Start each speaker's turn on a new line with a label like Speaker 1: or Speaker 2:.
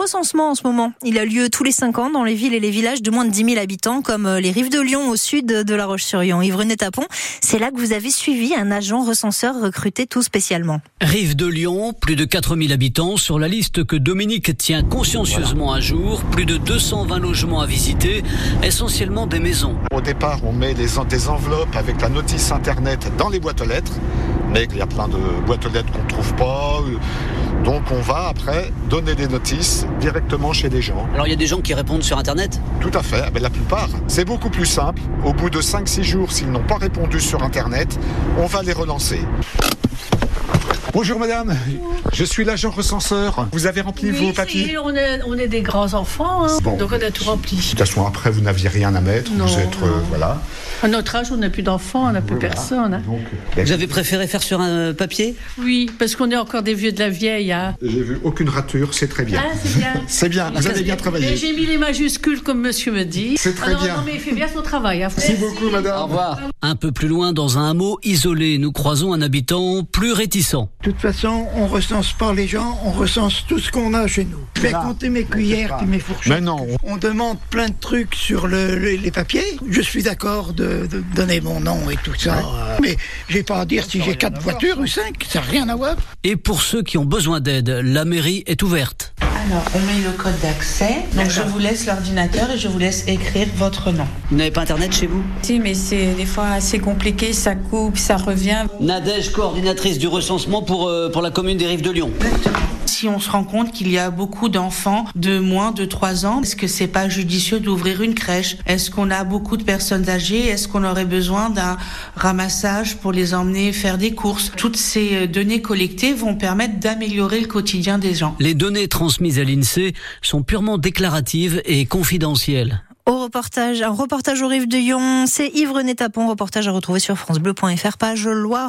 Speaker 1: recensement en ce moment. Il a lieu tous les 5 ans dans les villes et les villages de moins de 10 000 habitants, comme euh, les rives de Lyon au sud de La Roche-sur-Yon. Yvonne Tapon, c'est là que vous avez suivi un agent recenseur recruté tout spécialement.
Speaker 2: Rive de Lyon, plus de 4000 habitants sur la liste que Dominique tient consciencieusement à jour. Plus de 220 logements à visiter, essentiellement des maisons.
Speaker 3: Au départ, on met les, des enveloppes avec la notice internet dans les boîtes aux lettres, mais il y a plein de boîtes aux lettres qu'on ne trouve pas. euh, Donc on va après donner des notices directement chez les gens.
Speaker 2: Alors il y a des gens qui répondent sur Internet
Speaker 3: Tout à fait, mais la plupart. C'est beaucoup plus simple. Au bout de 5-6 jours, s'ils n'ont pas répondu sur Internet, on va les relancer. Bonjour madame, je suis l'agent recenseur. Vous avez rempli
Speaker 4: Oui,
Speaker 3: vos papiers
Speaker 4: si, on est, on est des grands enfants, hein.
Speaker 3: Bon.
Speaker 4: donc on a tout
Speaker 3: De
Speaker 4: rempli.
Speaker 3: toute façon, après, vous n'aviez rien à mettre.
Speaker 4: Non,
Speaker 3: vous êtes. euh,
Speaker 4: non.
Speaker 3: voilà.
Speaker 4: À notre âge, on n'a plus d'enfants, on n'a plus
Speaker 3: Voilà.
Speaker 4: personne. hein.
Speaker 3: Donc,
Speaker 2: Vous avez préféré faire sur un papier
Speaker 4: Oui, parce qu'on est encore des vieux de la vieille. Hein.
Speaker 3: J'ai vu aucune rature, c'est très bien.
Speaker 4: Ah, c'est bien.
Speaker 3: C'est bien, vous avez bien
Speaker 4: Et
Speaker 3: travaillé.
Speaker 4: J'ai mis les majuscules comme monsieur me dit.
Speaker 3: C'est très
Speaker 4: Ah non,
Speaker 3: bien.
Speaker 4: Non, mais il fait bien son travail. hein.
Speaker 3: Merci beaucoup, madame.
Speaker 2: Un peu plus loin, dans un hameau isolé, nous croisons un habitant plus réticent.
Speaker 5: De toute façon, on recense pas les gens, on recense tout ce qu'on a chez nous. Je vais
Speaker 3: Voilà.
Speaker 5: compter mes cuillères puis mes fourchettes.
Speaker 3: Mais non,
Speaker 5: On demande plein de trucs sur le- le- les papiers. Je suis d'accord de, de donner mon nom et tout ça. euh, Mais j'ai pas à dire si j'ai quatre voitures ou cinq. Ça n'a rien à voir.
Speaker 2: Et pour ceux qui ont besoin d'aide, la mairie est ouverte.
Speaker 6: Alors, on met le code d'accès. Donc, je vous laisse l'ordinateur et je vous laisse écrire votre nom.
Speaker 2: Vous n'avez pas Internet chez vous
Speaker 7: Si, mais c'est des fois assez compliqué, ça coupe, ça revient.
Speaker 2: Nadège, coordinatrice du recensement pour, euh, pour la commune des Rives de Lyon.
Speaker 6: Si on se rend compte qu'il y a beaucoup d'enfants de moins de 3 ans, est-ce que c'est pas judicieux d'ouvrir une crèche Est-ce qu'on a beaucoup de personnes âgées Est-ce qu'on aurait besoin d'un ramassage pour les emmener faire des courses Toutes ces euh, données collectées vont permettre d'améliorer le quotidien des gens.
Speaker 2: Les données transmises à l'INSEE sont purement déclaratives et confidentielles.
Speaker 1: Au reportage, un reportage aux rives de Lyon, c'est Yves René Tapon, reportage à retrouver sur FranceBleu.fr, page Loire.